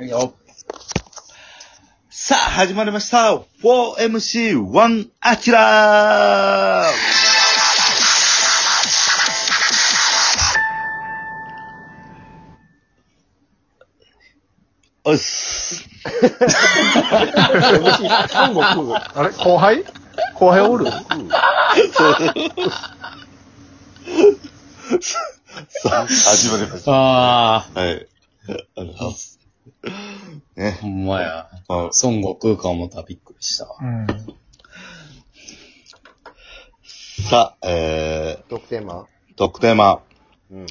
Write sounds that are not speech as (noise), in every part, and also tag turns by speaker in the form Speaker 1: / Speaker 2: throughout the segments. Speaker 1: いよ。
Speaker 2: さあ、始まりました !4MC1 アキラおっす。
Speaker 1: あれ後輩後輩おる
Speaker 2: さあ、始まりまし
Speaker 3: ああ、
Speaker 2: た。はい。ありがとうございます。ね、
Speaker 3: ほんまや。
Speaker 2: まあ、
Speaker 3: 孫悟空か思ったらびっくりしたわ。
Speaker 1: うん。
Speaker 2: さあ、え
Speaker 4: 特テーマ
Speaker 2: ー、トークテーマ、
Speaker 4: うん。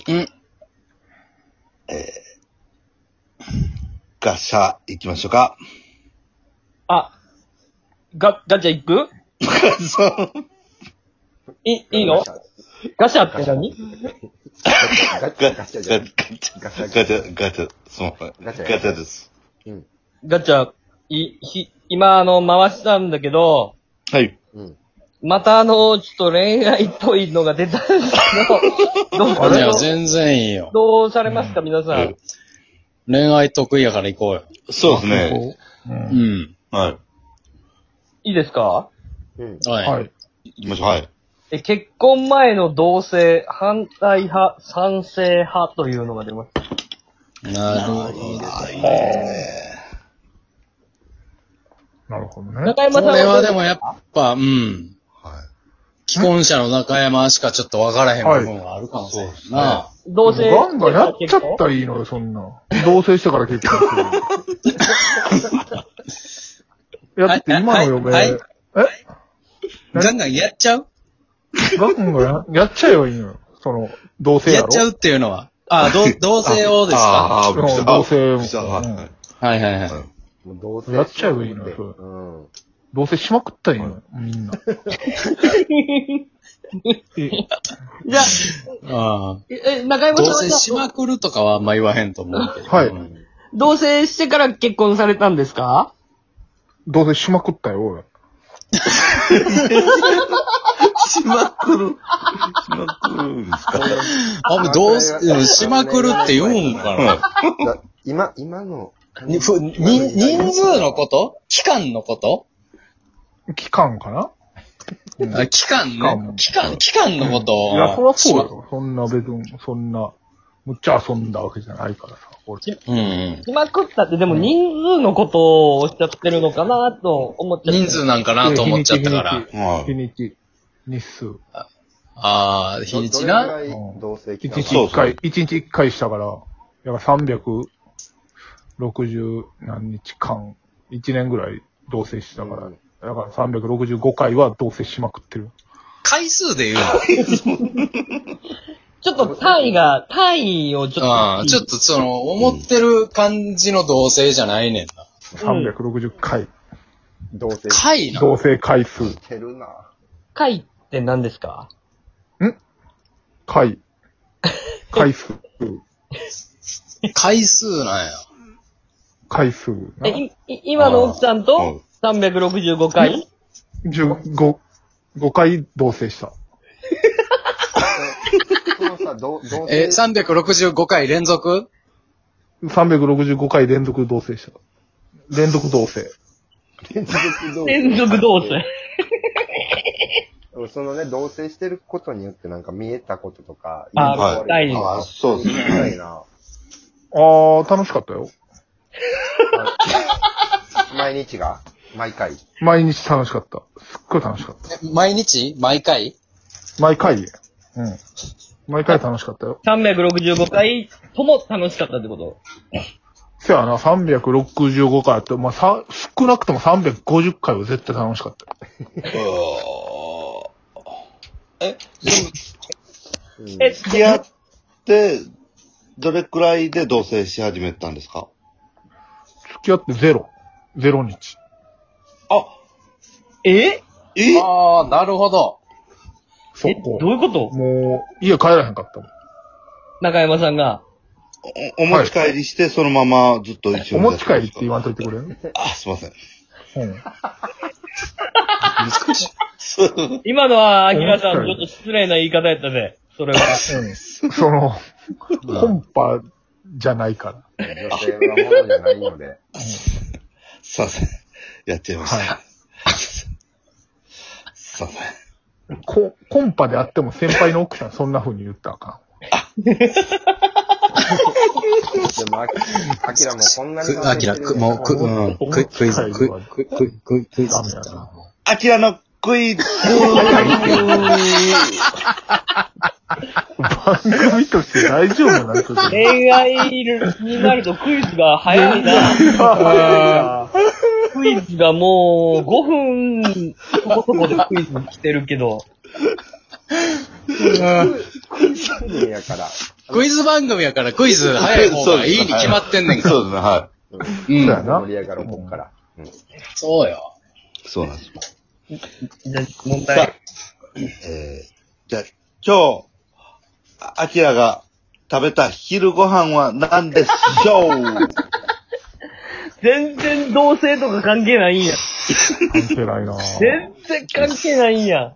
Speaker 2: ガシャ、行きましょう (laughs) か。
Speaker 5: あ、ガ、ガチャ行くい、いいのガシャって何
Speaker 4: ガチャ、
Speaker 2: ガガ
Speaker 4: ガ
Speaker 2: チ
Speaker 4: チ
Speaker 2: ャ
Speaker 4: ャ
Speaker 2: じ
Speaker 4: じ
Speaker 2: ゃ
Speaker 4: ゃ
Speaker 2: ん
Speaker 4: ん。
Speaker 2: ガチャ、ガチャ、ガチャ、すみません。ガ
Speaker 4: ガ
Speaker 2: チ
Speaker 4: チ
Speaker 2: ャ
Speaker 4: ャ
Speaker 2: です。
Speaker 4: うん。
Speaker 5: ガチャ、い、ひ、今あの、回したんだけど、
Speaker 2: はい。
Speaker 4: うん。
Speaker 5: またあの、ちょっと恋愛っぽいのが出たんですけど、どう
Speaker 3: いや、
Speaker 5: どう
Speaker 3: 全然いいよ。
Speaker 5: どうされますか、皆さん。
Speaker 3: 恋愛得意やから行こうよ。
Speaker 2: そうですね。
Speaker 1: うん
Speaker 3: うん。
Speaker 2: はい
Speaker 5: いですか
Speaker 4: うん。
Speaker 3: はい。
Speaker 1: はい。
Speaker 2: い。行きましょう。はい。
Speaker 5: え結婚前の同性、反対派、賛成派というのが出ます。
Speaker 3: なるほど。
Speaker 1: なるほどね。
Speaker 5: 中山さん
Speaker 3: これはで
Speaker 5: どう
Speaker 3: もやっぱ、うん。
Speaker 2: はい。
Speaker 3: 既婚者の中山しかちょっとわからへん部分があるかもしれんな。
Speaker 5: 同性。
Speaker 1: ガンガンやっちゃったらいいのよ、そんな。同棲してから結婚する。やって、今の嫁、
Speaker 3: はい
Speaker 1: えい
Speaker 3: ガンガンやっちゃう
Speaker 1: ガンガンやっちゃえばいいのよ。その、同棲や
Speaker 3: やっ
Speaker 1: ろ。
Speaker 3: ちゃうっていうのは。あ、ど同性をですか
Speaker 2: ああ、
Speaker 1: うん
Speaker 2: 僕
Speaker 1: 同棲も
Speaker 2: はい。
Speaker 3: はいはいはい。
Speaker 4: もうどうせ。
Speaker 1: やっちゃえばいいのよそれ
Speaker 4: うん。
Speaker 1: 同棲しまくったらいいのよ、みんな。え
Speaker 5: じゃあ、
Speaker 3: あ
Speaker 5: え、中
Speaker 3: あ
Speaker 5: 山
Speaker 3: 同
Speaker 5: さん
Speaker 3: 性
Speaker 5: は
Speaker 3: しまくるとかはあんま言わへんと思うけど。
Speaker 1: はい
Speaker 3: うん
Speaker 5: 同棲してから結婚されたんですか
Speaker 1: 同棲しまくったよ、俺。
Speaker 2: しまくる。しまくるんですか
Speaker 3: あ、もう同棲でもしまくるって言うんかな。
Speaker 4: だ今、今の。
Speaker 3: にふに人数のこと期間のこと
Speaker 1: 期間か
Speaker 3: あ
Speaker 1: な
Speaker 3: 期間ね。期
Speaker 1: 期
Speaker 3: 間、期間のことを。
Speaker 1: いや、そらそうよ。そんな別に、そんな、むっちゃ遊んだわけじゃないからさ。俺
Speaker 3: うんうん。
Speaker 5: しまくったって、でも人数のことをおっしゃってるのかなと思っちゃって。
Speaker 3: 人数なんかなと思っちゃったか
Speaker 1: 日に
Speaker 3: ら
Speaker 2: は
Speaker 1: ち。日
Speaker 2: い。
Speaker 1: にち、日数。
Speaker 3: ああ、日にちな。
Speaker 4: どれぐらい同棲期
Speaker 1: 一
Speaker 4: 間
Speaker 1: 日一回、一日一回したから、やっぱ360何日間、一年ぐらい同棲したから、
Speaker 4: うん
Speaker 1: だから365回は同棲しまくってる。
Speaker 3: 回数で言うの。
Speaker 5: ちょっと単位が、単位をちょっと。
Speaker 3: ああ、ちょっとその、思ってる感じの同性じゃないねんな。
Speaker 1: 360回、
Speaker 4: 同棲し
Speaker 3: 回な。
Speaker 1: 同棲回数、
Speaker 4: てるな。
Speaker 5: 回って何ですか
Speaker 1: 回、回数、
Speaker 3: 回数なんや。
Speaker 1: 回数
Speaker 5: え、いい今の奥さんと365回
Speaker 1: 15、5回同棲した。
Speaker 4: そのさ、同同棲。
Speaker 3: (laughs) え、365回連続
Speaker 1: 365回連続同棲した。連続同棲。
Speaker 4: 連続同棲
Speaker 5: 連続同棲。
Speaker 4: そのね、同棲してることによってなんか見えたこととか。
Speaker 5: あ
Speaker 4: いろいろあ
Speaker 5: はい
Speaker 4: る
Speaker 2: あそうですね
Speaker 4: 聞きたいな。
Speaker 1: あー、楽しかったよ。
Speaker 4: 毎日が毎回。
Speaker 1: 毎日楽しかった。すっごい楽しかった。
Speaker 3: え毎日毎回
Speaker 1: 毎回。うん。毎回楽しかったよ。
Speaker 5: 365回とも楽しかったってこと
Speaker 1: せやな、365回あって、まあ、さ、少なくとも350回は絶対楽しかったよ。
Speaker 2: え、でも、
Speaker 4: うん
Speaker 5: え、
Speaker 2: 付き合って、どれくらいで同棲し始めたんですか
Speaker 1: 付き合ってゼロ。ゼロ日。
Speaker 2: あ、
Speaker 5: え
Speaker 2: え
Speaker 3: ああ、なるほど。
Speaker 1: そ
Speaker 5: え
Speaker 1: こ。
Speaker 5: どういうこと
Speaker 1: もう、家帰らへんかったもん。
Speaker 5: 中山さんが。
Speaker 2: おお持ち帰りして、そのままずっと一緒
Speaker 1: お
Speaker 2: に。
Speaker 1: 持ち帰りって言わんといてくれる
Speaker 2: あ、すいません。
Speaker 1: うん。
Speaker 3: 難しい。
Speaker 5: 今のは、アキラさん、ちょっと失礼な言い方やったぜ。それは。
Speaker 1: うんその、コンパじゃないから。
Speaker 4: 女性はものじゃないので。
Speaker 2: すいません。やってみました。
Speaker 1: は
Speaker 2: すいません。
Speaker 1: ココンパであっても先輩の奥さんそんな風に言ったらあかん。
Speaker 4: でも、あきあきらもこんなに。
Speaker 3: く、あきら、く、もう、く、うん、クイクイズ、ク、ク、ク、ク、クイズ
Speaker 1: ダ
Speaker 3: で
Speaker 1: メ
Speaker 3: す
Speaker 1: だ
Speaker 3: か
Speaker 1: な。
Speaker 2: アキラのクイズ
Speaker 1: (laughs) 番組として大丈夫なんですか
Speaker 5: 恋愛になるとクイズが早いな。クイズがもう5分、そこそこでクイズ来てるけど。
Speaker 4: 組やから。
Speaker 3: クイズ番組やからクイズ早い方がいいに決まってんねんか
Speaker 2: そうですね、は
Speaker 3: ら。う
Speaker 1: そうや
Speaker 3: ん。
Speaker 1: な
Speaker 4: 盛り上がろう、こっから。
Speaker 3: そうよ。
Speaker 2: い。そうなんです。
Speaker 5: じゃあ問
Speaker 2: さあ
Speaker 5: 題。、
Speaker 2: えー、じゃあ、今日、アキラが食べた昼ご飯は何でし
Speaker 3: (laughs)
Speaker 2: ょう
Speaker 5: 全然同性とか関係ないんや。
Speaker 1: 関係ないな
Speaker 5: 全然関係ないんや。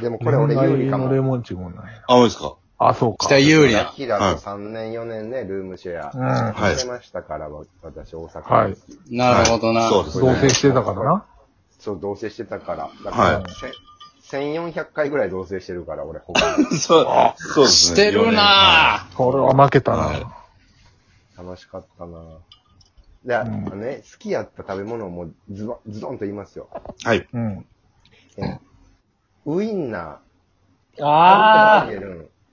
Speaker 4: でもこれ俺有利か
Speaker 1: 恋愛のレ
Speaker 4: も。
Speaker 1: モンチもないな。
Speaker 2: あ、もうですか
Speaker 1: あ、そうか。
Speaker 3: 期待有利
Speaker 4: あ
Speaker 3: な。
Speaker 4: きらと3年4年ね、ルームシェア。
Speaker 1: うん。は
Speaker 2: はい
Speaker 4: してましたから、私、大阪。
Speaker 1: い。
Speaker 3: なるほどな。
Speaker 2: そうです
Speaker 1: 同
Speaker 2: ね。
Speaker 1: 棲してたからな。
Speaker 4: そう、同棲してたから。だ
Speaker 2: は
Speaker 4: か
Speaker 2: い
Speaker 4: ら、せ1400回ぐらい同棲してるから、俺、他
Speaker 2: そう、そうです
Speaker 3: し
Speaker 2: ね。
Speaker 3: てるなぁ。
Speaker 1: これは負けた
Speaker 2: はい
Speaker 1: な。
Speaker 4: 楽しかったなぁ。で、あのね、好きやった食べ物をもうズバズドンと言いますよ。
Speaker 2: はい。
Speaker 1: うん。
Speaker 4: ウインナー。
Speaker 5: あ
Speaker 2: は
Speaker 5: あ。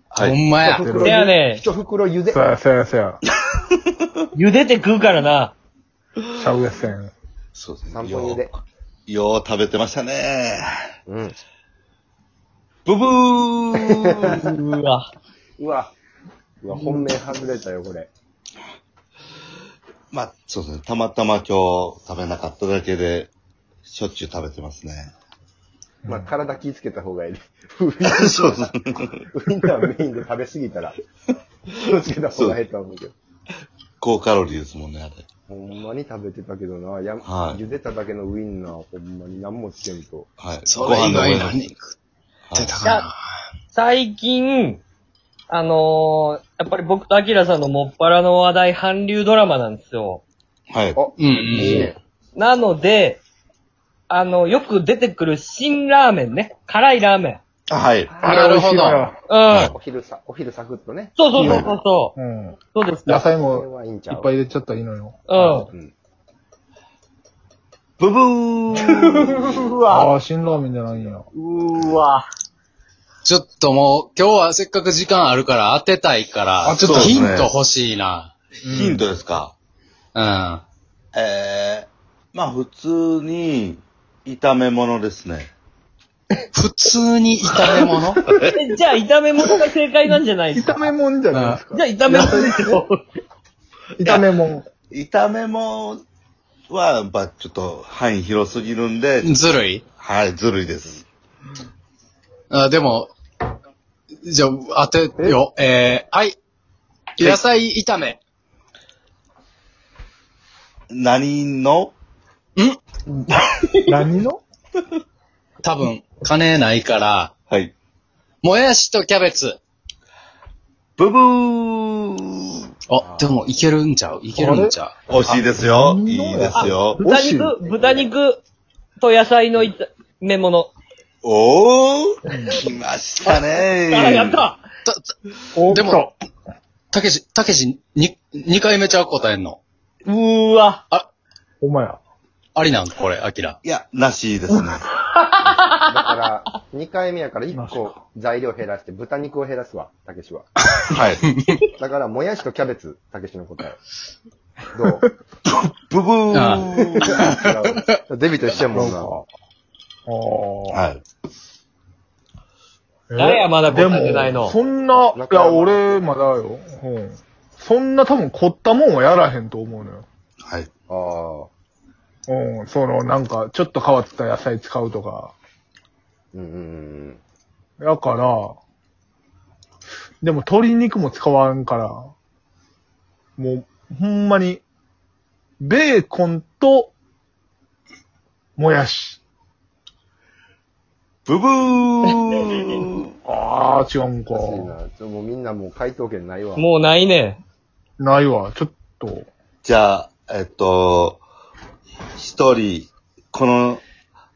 Speaker 3: ほ
Speaker 2: い。
Speaker 3: んまや
Speaker 4: 一。袋
Speaker 5: せやね
Speaker 4: 一袋茹で。
Speaker 1: そやそやそや。
Speaker 5: 茹でて食うからな。
Speaker 1: シャウエッセン。
Speaker 2: そうです
Speaker 4: 三
Speaker 2: ね。
Speaker 4: 本茹で
Speaker 2: よ。う、よう食べてましたね。
Speaker 4: うん。
Speaker 2: ブブ
Speaker 5: (laughs)
Speaker 2: ー
Speaker 5: うわ。
Speaker 4: うわ。うわ、本命外れたよ、これ。
Speaker 2: まあ、そうですね。たまたま今日食べなかっただけで、しょっちゅう食べてますね。
Speaker 4: まあ、体気ぃつけた方がいい。ウイン
Speaker 2: (laughs) そうですね。
Speaker 4: ナーメインで食べ過ぎたら、気をつけた方がいいと思うけど。
Speaker 2: (laughs) 高カロリーですもんね、あれ。
Speaker 4: ほんまに食べてたけどな。や、
Speaker 2: はい
Speaker 4: 茹でただけのウインナー、ほんまに何もしてんと。
Speaker 2: はい。
Speaker 3: それ
Speaker 2: ご
Speaker 3: 以外
Speaker 2: 飯の上
Speaker 3: 何
Speaker 2: に
Speaker 3: 食ってたかな。
Speaker 5: 最近、あのー、やっぱり僕とアキラさんのもっぱらの話題、韓流ドラマなんですよ。
Speaker 2: はい。
Speaker 4: あ
Speaker 3: うんう
Speaker 4: いい
Speaker 3: ん。
Speaker 4: ね。
Speaker 5: なので、あの、よく出てくる辛ラーメンね。辛いラーメン。
Speaker 2: あはい。
Speaker 1: あれ美味しいの
Speaker 3: なる
Speaker 1: よ。
Speaker 5: うん。
Speaker 2: はい
Speaker 4: お昼さ、お昼サクッとね。
Speaker 5: そうそうそうそうそ
Speaker 1: うん。
Speaker 5: う。そうです
Speaker 1: 野
Speaker 5: か。
Speaker 1: 菜
Speaker 4: これ
Speaker 1: も
Speaker 4: はいいんち
Speaker 1: い
Speaker 4: ゃう
Speaker 1: っぱい入れちゃったらいいのよ。
Speaker 5: うん。
Speaker 4: うん。
Speaker 2: ブブ (laughs) ー
Speaker 5: う
Speaker 1: ああ、辛ラーメンじゃないんや。
Speaker 5: うわ。
Speaker 3: ちょっともう、今日はせっかく時間あるから当てたいから、
Speaker 2: あ
Speaker 3: ちょっと
Speaker 2: そうで
Speaker 3: ヒ
Speaker 2: す
Speaker 3: ン
Speaker 2: ね
Speaker 3: ト欲しいな。
Speaker 2: ヒントですか、
Speaker 3: うん。
Speaker 2: ええまあ普通に、炒め物ですね。
Speaker 3: 普通に炒め物
Speaker 5: えじゃあ、炒め物が正解なんじゃないですか
Speaker 1: 炒め物じゃないですか。
Speaker 5: じゃあ、炒め物ですよ。
Speaker 1: 炒め物。
Speaker 2: 炒め物は、まあちょっと範囲広すぎるんで、
Speaker 3: ずるい
Speaker 2: はい、ずるいです。
Speaker 3: (laughs) あでも、じゃあ、当てよう。えー、はい。野菜炒め。
Speaker 2: 何の
Speaker 3: ん
Speaker 1: 何の
Speaker 3: 多分、金ないから、
Speaker 2: はい。
Speaker 3: もやしとキャベツ。
Speaker 2: ブブー
Speaker 3: あ、でもいけるんちゃういけるんちゃ
Speaker 2: 惜しいですよ。
Speaker 1: 何
Speaker 2: い
Speaker 1: の
Speaker 2: いですよ。
Speaker 5: 豚
Speaker 1: 惜しい
Speaker 5: 肉、豚肉と野菜の炒め物。
Speaker 2: おー来ましたね
Speaker 5: あ、やった
Speaker 3: うたたでも、たけし、たけし、に、2回目ちゃう答えんの。
Speaker 5: うーわ。
Speaker 1: お前や。
Speaker 3: ありなんこれ、アキラ。
Speaker 2: いや、なしですね。
Speaker 4: だから、2回目やから1個材料減らして、豚肉を減らすわ、たけしは。
Speaker 2: はい。
Speaker 4: だから、もやしとキャベツ、たけしの答え。どう (laughs)
Speaker 2: ブブー
Speaker 4: デビと一緒やもんな。
Speaker 1: ああ。
Speaker 2: はい。
Speaker 5: 誰やまだ答えてないの
Speaker 1: でもそんな、いや、俺、まだよ。うん。そんな多分凝ったもんはやらへんと思うのよ。
Speaker 2: はい。
Speaker 4: ああ。
Speaker 1: うん、その、なんか、ちょっと変わった野菜使うとか。
Speaker 4: うんうんうん。
Speaker 1: だから、でも鶏肉も使わんから、もう、ほんまに、ベーコンと、もやし。
Speaker 2: ブブー
Speaker 1: ああ、違うんか
Speaker 4: お。かしいな。ちょ、もうみんなもう回答権ないわ。
Speaker 5: もうないね。
Speaker 1: ないわ、ちょっと。
Speaker 2: じゃあ、えっと、一人、この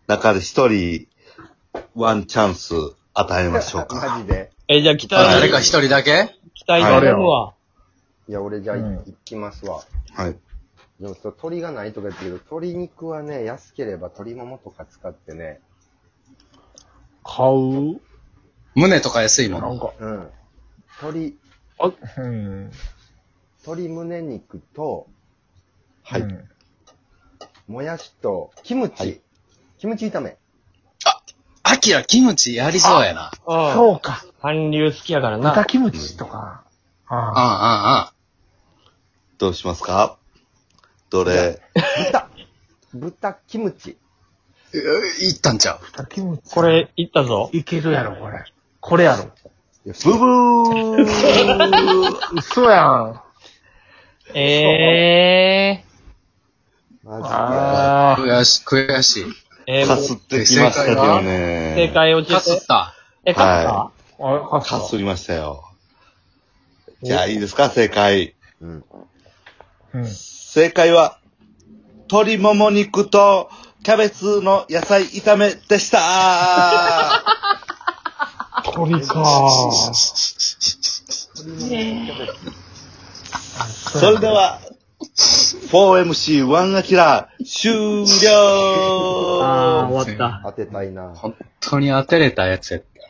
Speaker 2: 中で一人、ワンチャンス与えましょうか。
Speaker 4: マジで。
Speaker 5: え、じゃあ期
Speaker 3: あ誰
Speaker 5: 待、
Speaker 3: か一人だけ
Speaker 5: 期待されるわ。
Speaker 4: いや、俺じゃあ、
Speaker 1: うん
Speaker 4: 行きますわ。
Speaker 2: はい。
Speaker 4: でも、そう鳥がないとか言ってるけど、鶏肉はね、安ければ鶏ももとか使ってね、
Speaker 1: 買う
Speaker 3: 胸とか安いも
Speaker 1: なん
Speaker 3: ん。
Speaker 1: か、
Speaker 4: うん。鶏、
Speaker 1: あ、うん。
Speaker 4: 鶏胸肉と、
Speaker 2: はい
Speaker 1: うん
Speaker 4: もやしと、キムチ。
Speaker 2: はい
Speaker 4: キムチ炒め。
Speaker 3: アキラキムチやりそうやな。
Speaker 5: うん。
Speaker 1: そうか。
Speaker 5: 韓流好きやから
Speaker 1: 豚
Speaker 5: な。
Speaker 1: キムチとか。
Speaker 3: あ
Speaker 1: ああ。
Speaker 3: あ、ああ、
Speaker 2: どうしますかどれ
Speaker 4: 豚。豚キムチ。
Speaker 3: うういったんちゃう。
Speaker 1: 豚キムチ。
Speaker 5: これ、いったぞ。
Speaker 1: いけるやろ、これ。これやろ。
Speaker 2: ブブー
Speaker 1: 嘘やん。
Speaker 5: え
Speaker 4: マジで。
Speaker 1: ああ。
Speaker 3: 悔し、悔しい。
Speaker 5: ー。えー、
Speaker 2: か
Speaker 5: もう
Speaker 2: すってきましたけどね。
Speaker 5: 正解を教え。
Speaker 3: かすってた。
Speaker 5: え、勝った、
Speaker 2: は
Speaker 1: あれ、か
Speaker 2: かすりましたよ。
Speaker 5: お
Speaker 2: じゃあいいですか正解。
Speaker 4: うん。
Speaker 1: うん。
Speaker 2: 正解は、鶏もも肉とキャベツの野菜炒めでした
Speaker 5: (laughs)
Speaker 1: 鳥か。 네.
Speaker 2: それでは、4MC1 アキラ終了
Speaker 5: ああ、終わった。
Speaker 4: 当
Speaker 1: 아,
Speaker 4: てたいな。
Speaker 3: 本当に当てれたやつやった。